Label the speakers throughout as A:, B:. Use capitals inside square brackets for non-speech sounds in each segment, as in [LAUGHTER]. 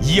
A: 以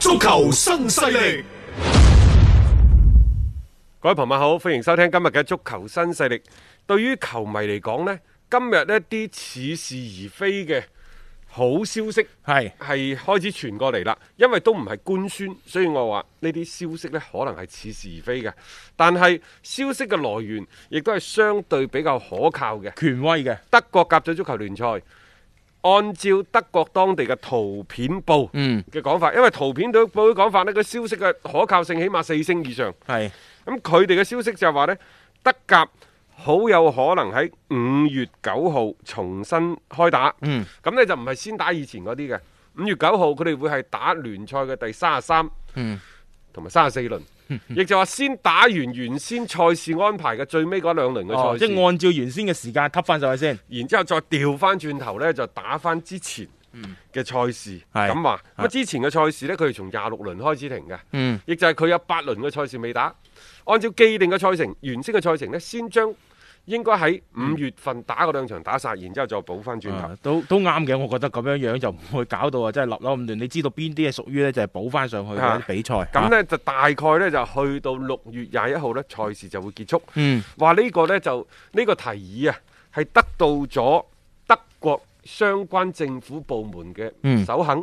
A: 足球新勢力，
B: 各位朋友好，歡迎收聽今日嘅足球新勢力。對於球迷嚟講呢，今日一啲似是而非嘅好消息
C: 係
B: 係開始傳過嚟啦。因為都唔係官宣，所以我話呢啲消息呢可能係似是而非嘅。但係消息嘅來源亦都係相對比較可靠嘅。
C: 權威嘅，
B: 德國甲組足球聯賽，按照德國當地嘅圖片報
C: 嗯
B: 嘅講法，因為圖片報嘅講法呢，個消息嘅可靠性起碼四星以上。
C: 係
B: 咁佢哋嘅消息就係話呢，德甲好有可能喺五月九號重新開打。
C: 嗯，
B: 咁呢就唔係先打以前嗰啲嘅。五月九號佢哋會係打聯賽嘅第三十三，
C: 嗯，
B: 同埋三十四輪，亦就話先打完原先賽事安排嘅最尾嗰兩輪
C: 哦
B: 嘅
C: 即
B: 賽事，
C: 係按照原先嘅時間吸翻上去先，
B: 然之後再調翻轉頭呢，就打翻之前嘅賽事。
C: 嗯係
B: 咁話咁啊之前嘅賽事呢，佢哋從廿六輪開始停嘅。
C: 嗯，
B: 亦就係佢有八輪嘅賽事未打。按照既定嘅賽程，原先嘅賽程呢，先將應該喺
C: 嗯
B: 五月份打嗰兩場打晒，然之後再補翻轉頭。
C: 啊都都啱嘅，我覺得咁樣樣就唔會搞到啊，真係立撈咁亂。你知道邊啲係屬於咧就係補翻上去嘅
B: 啊
C: 一啲比賽，
B: 咁
C: 啊
B: 呢，就大概呢，就去到六月廿一號呢，賽事就會結束。
C: 嗯
B: 話呢個呢，就呢、個提議啊，係得到咗德國相關政府部門嘅
C: 嗯
B: 首肯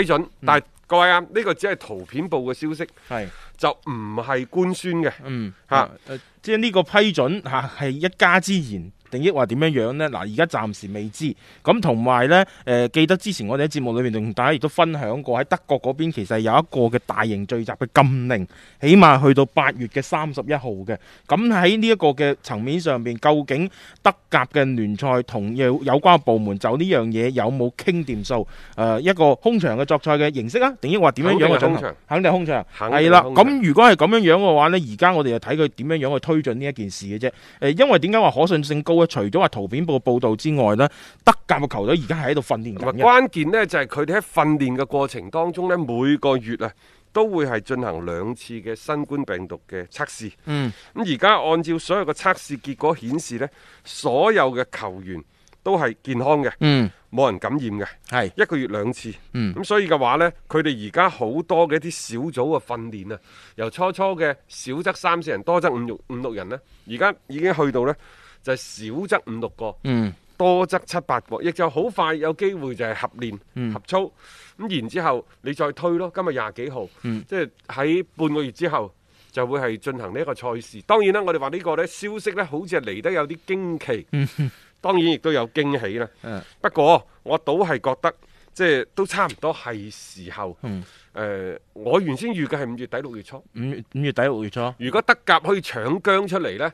B: 批准，但係各位啊，呢、個只係圖片報嘅消息，
C: 係
B: 就唔係官宣嘅。
C: 嗯
B: 嚇
C: 啊呃即係呢個批准嚇係一家之言。定抑或點樣樣呢？嗱，而家暫時未知。咁同埋呢，誒、呃記得之前我哋喺節目裏面同大家亦都分享過，喺德國嗰邊其實有一個嘅大型聚集嘅禁令，起碼去到八月嘅三十一號嘅。咁喺呢一個嘅層面上面，究竟德甲嘅聯賽同有有關部門就呢樣嘢有冇傾掂數？誒、呃一個空場嘅作賽嘅形式啊，定抑或點樣
B: 肯定係
C: 樣嘅進
B: 空
C: 行
B: 場？
C: 肯定係空場，
B: 肯定係
C: 係啦。
B: 空場
C: 咁如果係咁樣樣嘅話呢，而家我哋就睇佢點樣樣去推進呢一件事嘅啫。誒、因為點解話可信性高咧？除咗話圖片報報導之外呢，德甲嘅球隊而家係喺度訓練
B: 同
C: 緊
B: 埋
C: 嘅。
B: 關鍵啊呢，就係佢哋喺訓練嘅過程當中呢，每個月啊都會係進行兩次嘅新冠病毒嘅測試。
C: 嗯，
B: 咁而家按照所有嘅測試結果顯示呢，所有嘅球員都係健康嘅，
C: 嗯，
B: 冇人感染嘅，
C: 係
B: 一個月兩次。
C: 嗯
B: 咁所以嘅話呢，佢哋而家好多嘅一啲小組嘅訓練啊，由初初嘅少則三四人，多則五六五六人呢，而家已經去到呢，就係少則五六個。
C: 嗯。
B: 多則七八個，亦就好快有機會就係合練、
C: 嗯
B: 合操。咁然之後你再推咯，今日廿幾號，
C: 嗯
B: 即係喺半個月之後就會係進行呢一個賽事。當然啦，我哋話呢個呢消息呢，好似係嚟得有啲驚奇，
C: [LAUGHS]
B: 當然亦都有驚喜啦。
C: 嗯
B: 不過我倒係覺得即係都差唔多係時候。
C: 嗯
B: 誒我原先預計係五月底六月初。
C: 五月五月底六月初，
B: 如果德甲可以搶姜出嚟呢，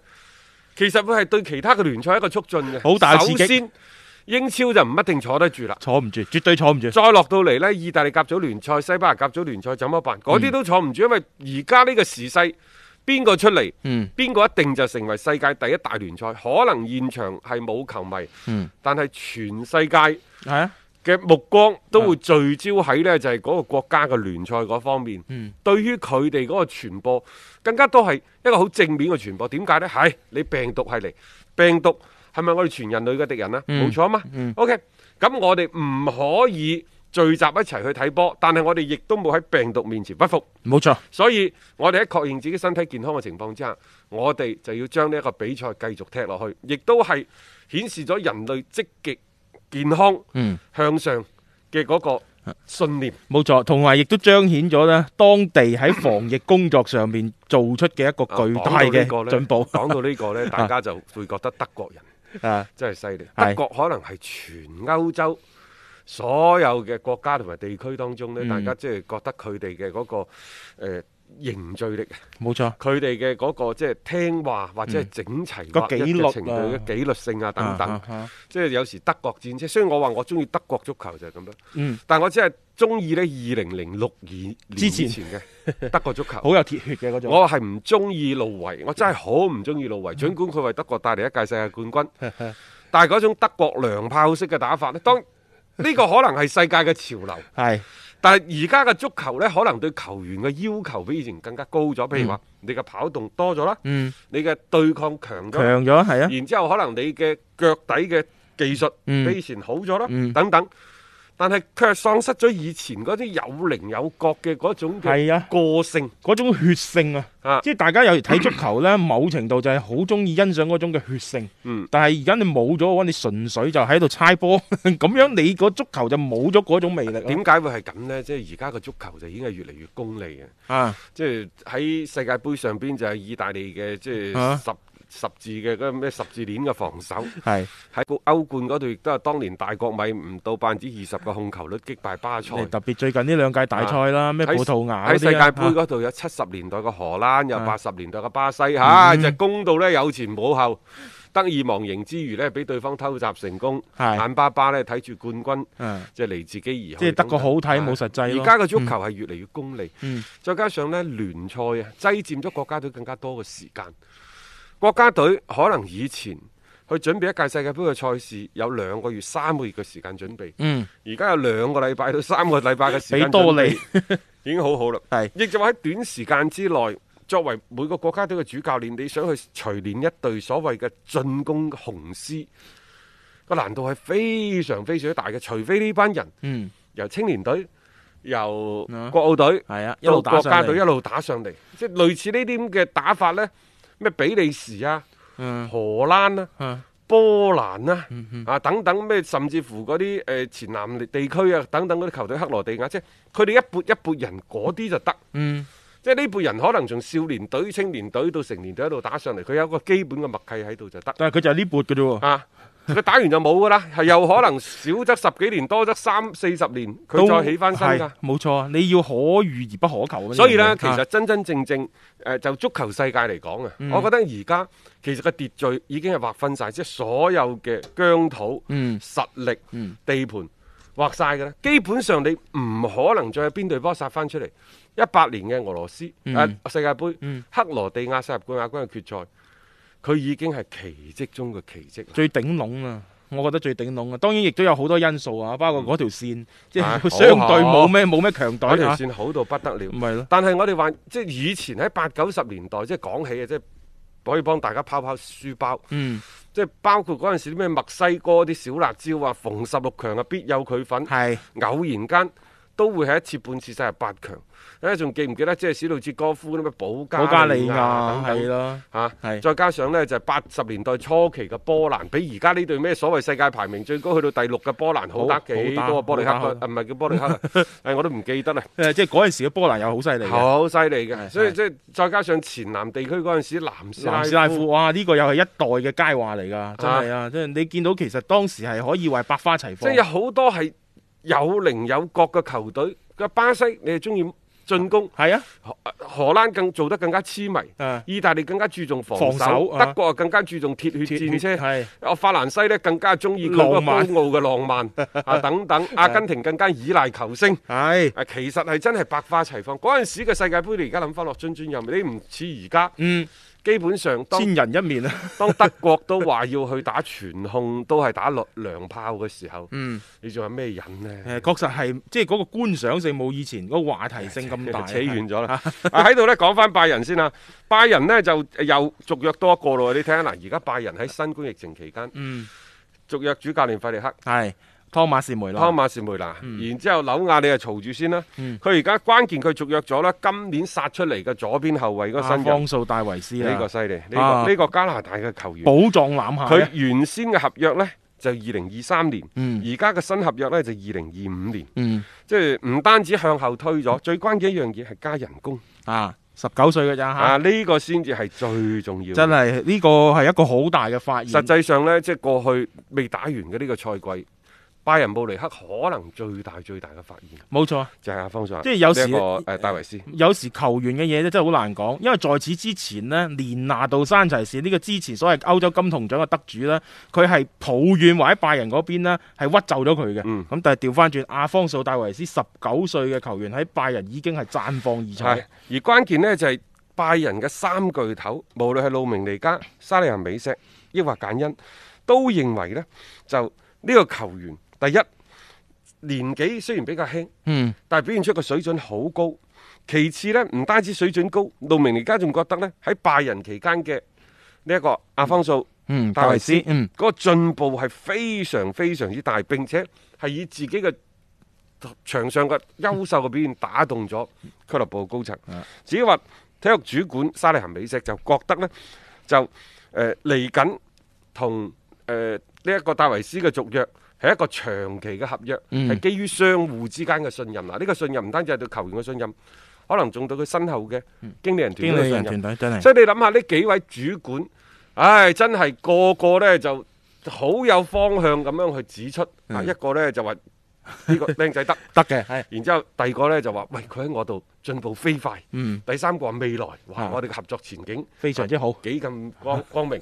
B: 其實會係對其他嘅聯賽一個促進嘅，
C: 好大嘅刺激
B: 首先，英超就唔一定坐得住啦。
C: 坐唔住，絕對坐唔住。
B: 再落到嚟呢，意大利甲組聯賽、西班牙甲組聯賽怎麼
C: 嗯
B: 辦？嗰啲都坐唔住，因為而家呢個時勢，邊個出嚟，
C: 嗯
B: 邊個一定就成為世界第一大聯賽。可能現場係冇球迷，
C: 嗯
B: 但係全世界
C: 係啊，
B: 嘅目光都會聚焦喺呢，就係嗰個國家嘅聯賽嗰方面。
C: 嗯
B: 對於佢哋嗰個傳播，更加多係一個好正面嘅傳播。點解呢？係你病毒係嚟，病毒係咪我哋全人類嘅敵人啊？冇錯啊嘛。OK，咁我哋唔可以聚集一齊去睇波，但係我哋亦都冇喺病毒面前不服。
C: 冇錯。
B: 所以我哋喺確認自己身體健康嘅情況之下，我哋就要將呢一個比賽繼續踢落去，亦都係顯示咗人類積極、健康、
C: 嗯
B: 向上嘅嗰個信念。
C: 冇錯，同埋亦都彰顯咗咧當地喺防疫工作上面做出嘅一個巨大嘅進步
B: 啊講
C: [LAUGHS]
B: 到呢個呢，大家就會覺得德國人
C: 啊！
B: 真係犀利。
C: 係
B: 德國可能係全歐洲所有嘅國家同埋地區當中呢，
C: 嗯
B: 大家即係覺得佢哋嘅嗰個、呃、凝聚力，
C: 冇錯，
B: 佢哋嘅嗰個即係聽話或者係整齊
C: 嗯個
B: 劃一
C: 紀律
B: 嘅程度
C: 啊
B: 嘅紀律性啊等等。
C: 啊啊啊
B: 即係有時德國戰車，雖然我話我中意德國足球就係咁樣，
C: 嗯
B: 但我只係中意呢二零零六年
C: 之前
B: 以前
C: [LAUGHS]
B: 嘅德國足球。
C: 好有鐵血嘅嗰種。
B: 我係唔中意路維，我真係好唔中意路
C: 嗯
B: 維。儘管佢為德國帶嚟一屆世界冠
C: [LAUGHS]
B: 軍，但係嗰種德國糧炮式嘅打法呢，當呢個可能係世界嘅潮流。
C: 係
B: 但係而家嘅足球呢，可能對球員嘅要求比以前更加高咗。譬如話，你嘅跑動多咗啦，
C: 嗯
B: 你嘅對抗強咗啦，
C: 強咗係啊，
B: 然之後可能你嘅腳底嘅技術
C: 嗯
B: 比以前好咗啦，
C: 嗯
B: 等等。但係卻喪失咗以前嗰啲有棱有角嘅嗰種嘅
C: 係啊，
B: 個性。
C: 嗰種血性啊！
B: 啊
C: 即係大家有時睇足球呢，某程度就係好中意欣賞嗰種嘅血性。
B: 嗯
C: 但係而家你冇咗嘅話，你純粹就喺度猜波， [LAUGHS] 咁樣你個足球就冇咗嗰種魅力咯
B: 啊點解會係咁呢？即係而家個足球就已經係越嚟越功利嘅，
C: 啊！
B: 即係喺世界盃上邊就係意大利嘅即係
C: 啊
B: 十十字嘅嗰個咩十字鏈嘅防守，
C: 係
B: 喺歐冠嗰度亦都係當年大國米唔到百分之二十嘅控球率擊敗巴塞。啊
C: 特別最近呢兩屆大賽啦，咩
B: 喺
C: 葡萄牙
B: 喺
C: 嗰
B: 世界
C: 啲啊
B: 盃嗰度有七十年代嘅荷蘭，有
C: 啊嗯
B: 八十年代嘅巴西，嚇就攻到呢有前冇後，得意忘形之餘呢，俾對方偷襲成功，
C: 係
B: 眼巴巴呢睇住冠軍。
C: 嗯
B: 即係離自己而去，啊
C: 即係得個好睇冇實際
B: 而
C: 咯
B: 家嘅足球係越嚟越功利，
C: 嗯
B: 再加上呢聯賽啊，擠佔咗國家隊更加多嘅時間。國家隊可能以前去準備一屆世界盃嘅賽事有兩個月、三個月嘅時間準備，
C: 嗯，
B: 而家有兩個禮拜到三個禮拜嘅時
C: 俾
B: 間
C: 多
B: 準備
C: 你
B: 已經好好啦。
C: 係
B: 亦就話喺短時間之內，作為每個國家隊嘅主教練，你想去錘煉一隊所謂嘅進攻雄獅，個難度係非常非常之大嘅。除非呢班人，
C: 嗯
B: 由青年隊、由
C: 啊
B: 國奧隊，
C: 係啊一
B: 到
C: 路打
B: 國
C: 上
B: 家
C: 嚟
B: 隊一路打上嚟，即係類似呢啲咁嘅打法呢，咩比利時啊、
C: 嗯
B: 荷蘭啊。
C: 啊
B: 波蘭啊，啊等等咩，甚至乎嗰啲誒前南地區啊，等等嗰啲球隊，克羅地亞，即係佢哋一撥一撥人嗰啲就得，
C: 嗯。
B: 即係呢撥人可能從少年隊、青年隊到成年隊一路打上嚟，佢有一個基本嘅默契喺度就得
C: 但係佢就係呢撥嘅啫喎，
B: 啊。佢打完就冇噶啦，係有可能少則十幾年，多則三四十年，佢
C: 都
B: 再起翻身㗎
C: 係。冇錯啊！你要可遇而不可求啊
B: 所以呢，
C: 呢樣嘢
B: 其實真真正正誒、呃就足球世界嚟講啊，
C: 嗯
B: 我覺得而家其實個秩序已經係劃分晒，即係所有嘅疆土、
C: 嗯
B: 實力、地盤劃晒㗎啦。基本上你唔可能再有邊隊波殺翻出嚟。一八年嘅俄羅斯誒、
C: 嗯
B: 呃世界盃，克羅地亞殺入冠亞軍嘅決賽，佢已經係奇蹟中嘅奇蹟啦。
C: 最頂籠啦。我覺得最頂籠啊！當然亦都有好多因素啊，包括嗰條線，即
B: 啊
C: 係
B: 好
C: [LAUGHS] 相對冇咩冇咩強隊
B: 嗰條
C: 啊，
B: 線好到不得了。
C: 咪咯
B: 但係我哋話即係以前喺八九十年代，即係講起啊，即係可以幫大家拋拋書包。
C: 嗯，
B: 即係包括嗰陣時啲咩墨西哥啲小辣椒啊，逢十六強啊必有佢份。
C: 係
B: 偶然間都會係一次半次世界八強。誒，仲記唔記得即係史路哲哥夫啲咩保加
C: 保加利
B: 利
C: 亞
B: 亞
C: 係
B: 等等？
C: 啦，
B: 嚇
C: 係
B: 再加上呢，就係八十年代初期嘅波蘭，比而家呢隊咩所謂世界排名最高去到第六嘅波蘭好
C: 好
B: 得幾
C: 好打
B: 多啊？波利克
C: 好
B: 啊
C: 打
B: 啊，唔係叫波利克啊，誒我都唔記得啦。
C: 誒即係嗰陣時嘅波蘭又好犀利嘅，
B: 好犀利嘅，
C: 係
B: 所以
C: 係
B: 即係再加上前南地區嗰陣時，南斯
C: 南斯拉夫
B: 夫
C: 哇呢個又係一代嘅佳話嚟㗎，真係啊！即係你見到其實當時係可以話百花齊
B: 即係
C: 放，
B: 有好多係有棱有角嘅球隊。嘅巴西你係中意進攻，
C: 係啊，
B: 荷荷蘭更做得更加痴迷
C: 啊，
B: 意大利更加注重防
C: 防守啊
B: 德國啊更加注重鐵血戰車，
C: 係
B: 啊法蘭西呢更加中意佢嗰個高
C: 浪漫
B: 傲嘅浪漫
C: [LAUGHS]
B: 啊等等，阿根廷更加依賴球星。
C: 係
B: 啊，其實係真係百花齊放。嗰陣時嘅世界盃，你而家諗翻落津津有味，你唔似而家，
C: 嗯
B: 基本上當
C: 千人一面啊，
B: 當德國都話要去打全控，都係打落糧炮嘅時候，
C: 嗯。
B: 你仲有咩癮呢？
C: [LAUGHS] 誒，確實係，即係嗰個觀賞性冇以前嗰個話題性咁大。
B: [LAUGHS]
C: 啊
B: 扯遠
C: 係
B: 咗
C: [LAUGHS]
B: 啦！啊喺度呢講翻拜仁先啦，拜仁呢就呃又續約多一個咯。你睇下嗱，而家拜仁喺新冠疫情期間
C: 嗯，
B: 續約主教練費利克、
C: 係湯馬士梅
B: 湯
C: 啦，
B: 馬士梅拿，
C: 嗯
B: 然之後紐亞你就嘈住先啦。佢而家關鍵佢續約咗啦，今年殺出嚟嘅左邊後衞嗰個
C: 阿
B: 新人
C: 啊方，啊素戴維斯
B: 呢
C: 啦
B: 個，犀利，呢
C: 啊
B: 個呢個加拿大嘅球員，
C: 寶藏攬下啊
B: 佢
C: 嘅，
B: 原先嘅合約呢就二零二三年，
C: 嗯
B: 而家嘅新合約呢，就二零二五年，
C: 嗯
B: 即係唔單止向後推咗，最關鍵一樣嘢係加人工
C: 啊，十九歲嘅咋吓，
B: 啊！呢個先至係最重要。
C: 真係呢個係一個好大嘅發現。
B: 實際上呢，即係過去未打完嘅呢個賽季，拜仁慕尼黑可能最大最大嘅發現
C: 冇錯，
B: 就係阿方索亞，
C: 即係有時
B: 呢一個誒戴維斯。
C: 有時球員嘅嘢咧真係好難講，因為在此之前呢，連拿度山齊士呢個之前所謂歐洲金童獎嘅得主呢，佢係抱怨或者拜仁嗰邊呢係屈就咗佢嘅。咁、
B: 嗯
C: 但係調翻轉，阿方素戴維斯十九歲嘅球員喺拜仁已經係綻放異彩
B: 係，。而關鍵呢，就係、拜仁嘅三巨頭，無論係路明尼加、沙利人美石，抑或簡恩，都認為呢，就呢個球員，第一年紀雖然比較輕，
C: 嗯，
B: 但係表現出個水準好高。其次呢，唔單止水準高，路明尼加仲覺得呢，喺拜仁期間嘅呢一個阿方素。
C: 嗯，戴
B: 戴
C: 維
B: 維斯
C: 斯，嗯。
B: 嗰個進步係非常非常之大，並且係以自己嘅呃場上嘅優秀嘅表現打動咗俱樂部嘅高層。
C: 啊
B: 至於話體育主管沙利恒美石就覺得呢，就誒嚟緊同誒呢一個戴維斯嘅續約。係一個長期嘅合約，係、基於相互之間嘅信任。嗱，呢個信任唔單止係對球員嘅信任，可能仲對佢身後嘅經理人團
C: 經
B: 隊嘅
C: 理
B: 信
C: 人
B: 任
C: 團。隊真係
B: 所以你諗下呢幾位主管，唉，真係個個呢就好有方向咁樣去指出，啊一個呢就話呢
C: [LAUGHS]
B: 個僆仔得，
C: 嗯得嘅，係
B: 然之後第二個呢就話喂佢喺我度進步飛快，
C: 嗯
B: 第三個話未來，
C: 啊
B: 哇我哋嘅合作前景
C: 非常之好。
B: 幾咁
C: [LAUGHS]
B: 光光明，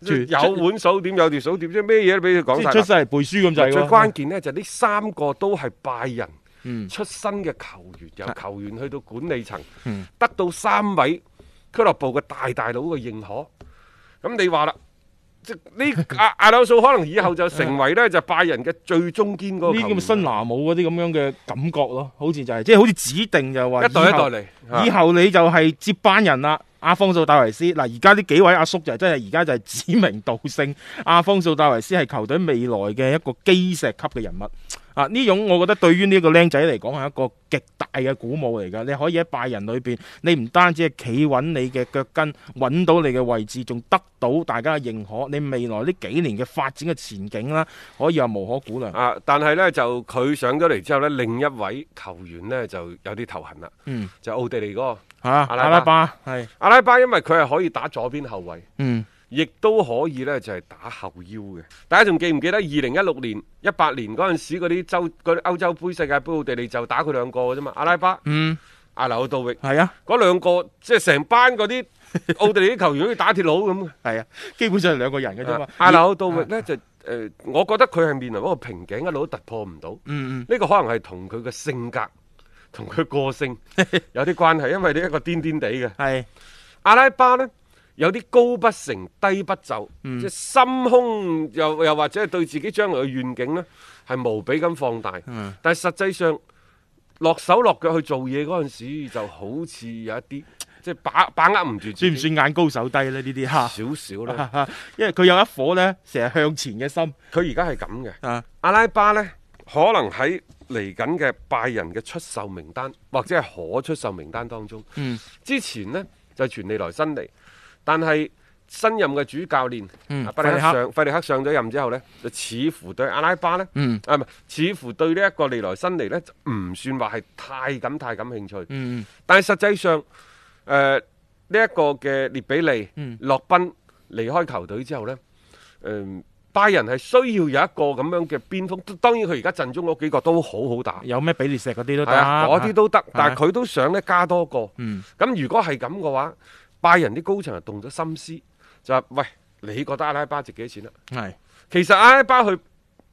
C: 絕
B: 有碗數點有條數點啫，咩嘢都俾佢講
C: 即
B: 晒
C: 係出
B: 啦。
C: 世係背書咁滯喎。
B: 最關鍵呢就呢三個都係拜仁。
C: 嗯啊
B: 出身嘅球員，由球員去到管理層，
C: 嗯
B: 得到三位俱樂部嘅大大佬嘅認可。咁你話啦，即
C: [LAUGHS]
B: 呢阿阿柳素可能以後就成為呢就拜仁嘅最中堅嗰個
C: 呢啲咁嘅
B: 球
C: 新
B: 員啊
C: 拿姆嗰啲咁樣嘅感覺咯，好似就係即係好似指定就話
B: 一代一代
C: 以後
B: 嚟，
C: 以
B: 啊
C: 後你就係接班人啦。阿方素戴維斯嗱，而家呢幾位阿叔就真係而家就係指名道姓。 [LAUGHS] 阿方素戴維斯係球隊未來嘅一個基石級嘅人物啊！呢種我覺得對於呢個僆仔嚟講係一個極大嘅鼓舞嚟㗎。你可以喺拜仁裏邊，你唔單止係企穩你嘅腳跟，揾到你嘅位置，仲得到大家嘅認可。你未來呢幾年嘅發展嘅前景啦，可以話無可估量。
B: 啊！但係呢，就佢上咗嚟之後呢，另一位球員呢就有啲頭痕啦，
C: 嗯，
B: 就奧地利嗰個
C: 嚇、啊，
B: 阿
C: 阿
B: 拉巴
C: 拉巴係
B: 阿拉巴，因為佢係可以打左邊後衞。
C: 嗯
B: 亦都可以呢，就係、打後腰嘅。大家仲記唔記得二零一六年、一八年嗰陣時嗰啲洲嗰啲歐洲杯、世界盃奧地利就打佢兩個嘅啫嘛，阿拉巴、
C: 嗯
B: 阿劉道域
C: 係啊。
B: 嗰兩個，即係成班嗰啲奧地利啲球員好似打鐵佬咁
C: 係啊，基本上係兩個人嘅啫
B: 嘅
C: 嘛
B: 啊。阿
C: 而
B: 劉道域呢，就誒、呃我覺得佢係面臨一個瓶頸，一路都突破唔到。呢、
C: 嗯
B: 個可能係同佢嘅性格。同佢個
C: [LAUGHS]
B: 性有啲關係，因為呢一個癲癲地嘅
C: 嗯，係
B: 阿拉巴呢，有啲高不成低不就，
C: 嗯
B: 即係心胸又又或者係對自己將來嘅願景呢，係無比咁放大。
C: 嗯
B: 但係實際上落手落腳去做嘢嗰陣時，就好似有一啲即係把把握唔住自己，
C: 算唔啊算眼高手低咧？呢啲吓，
B: 少少啦？
C: 因為佢有一顆咧成日向前嘅心
B: 佢而家係咁嘅。
C: 啊。
B: 阿拉巴呢，可能喺嚟緊嘅拜仁嘅出售名單或者係可出售名單當中，
C: 嗯
B: 之前呢就傳利來新嚟，但係新任嘅主教練
C: 嗯
B: 阿費力克上費
C: 費力克
B: 力克上咗任之後呢，就似乎對阿拉巴呢，
C: 嗯
B: 啊唔係，似乎對呢一個利來新嚟呢，就唔算話係太感太感興趣，
C: 嗯，
B: 但係實際上呃誒呢一個嘅列比利、
C: 嗯
B: 洛賓離開球隊之後呢，誒、拜仁係需要有一個咁樣嘅邊鋒，當然佢而家陣中嗰幾個都好好打，
C: 有咩比利石嗰啲都得，
B: 係啊，嗰啲都得，但係
C: 啊
B: 佢都想咧加多個。
C: 嗯
B: 咁如果係咁嘅話，拜仁啲高層就動咗心思，就話喂，你覺得阿拉巴值幾多錢啦？
C: 係。
B: 啊其實阿拉巴去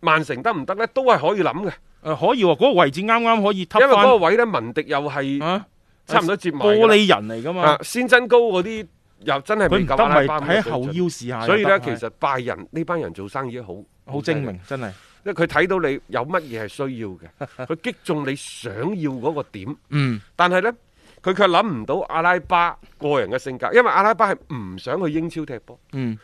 B: 曼城得唔得呢？都係可以諗嘅，
C: 誒呃可以喎，嗰個位置啱啱可以
B: 因為嗰個
C: 揼
B: 位呢，文迪又係
C: 翻啊，
B: 差唔多接埋㗎
C: 玻
B: 啦
C: 璃人嚟噶嘛
B: 啊，，先真高嗰啲又真係
C: 佢
B: 未
C: 唔
B: 夠
C: 得
B: 阿
C: 咪
B: 拉巴咁嘅
C: 喺
B: 水
C: 後
B: 準
C: 腰試啊下就得。
B: 所以呢，其
C: 係
B: 實拜仁呢班人做生意好
C: 好精，明，真係。
B: 因為佢睇到你有乜嘢係需要
C: [LAUGHS]
B: 嘅，佢擊中你想要嗰個點。
C: 嗯
B: 但係呢，佢卻諗唔到阿拉巴個人嘅性格，因為阿拉巴係唔想去英超踢波，
C: 嗯，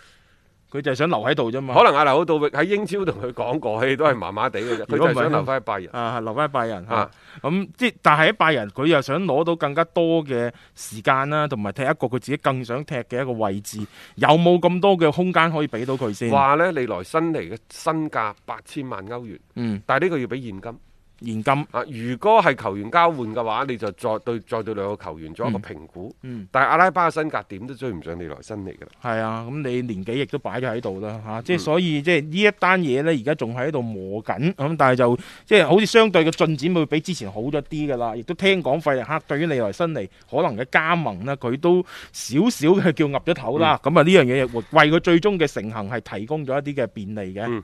C: 佢就係想留喺度啫嘛。
D: 可能阿劉道域喺英超同佢講過，嘿都係麻麻地嘅啫，佢就
C: 如果唔係
D: 係想留翻喺拜仁。
C: 啊，留翻拜仁嚇
D: 啊，
C: 咁即係但係喺拜仁，佢又想攞到更加多嘅時間啦，同埋踢一個佢自己更想踢嘅一個位置，有冇咁多嘅空間可以俾到佢先？
D: 話呢，利來新嚟嘅身價八千萬歐元，
C: 嗯，
D: 但係呢個要俾現金
C: 現金
D: 啊！如果係球員交換嘅話，你就再對再對兩個球員做一個評估。
C: 嗯
D: 但係阿拉巴嘅身價點都追唔上利來新嚟㗎啦。
C: 係啊，咁你年紀亦都擺咗喺度啦嚇，即係所以即係呢一單嘢呢，而家仲喺度磨緊，咁但係就即係好似相對嘅進展會比之前好咗啲㗎啦，亦都聽講費力克對於利來新尼可能嘅加盟呢，佢都少少嘅叫岌咗頭啦，咁啊呢樣嘢亦為佢最終嘅成行係提供咗一啲嘅便利嘅。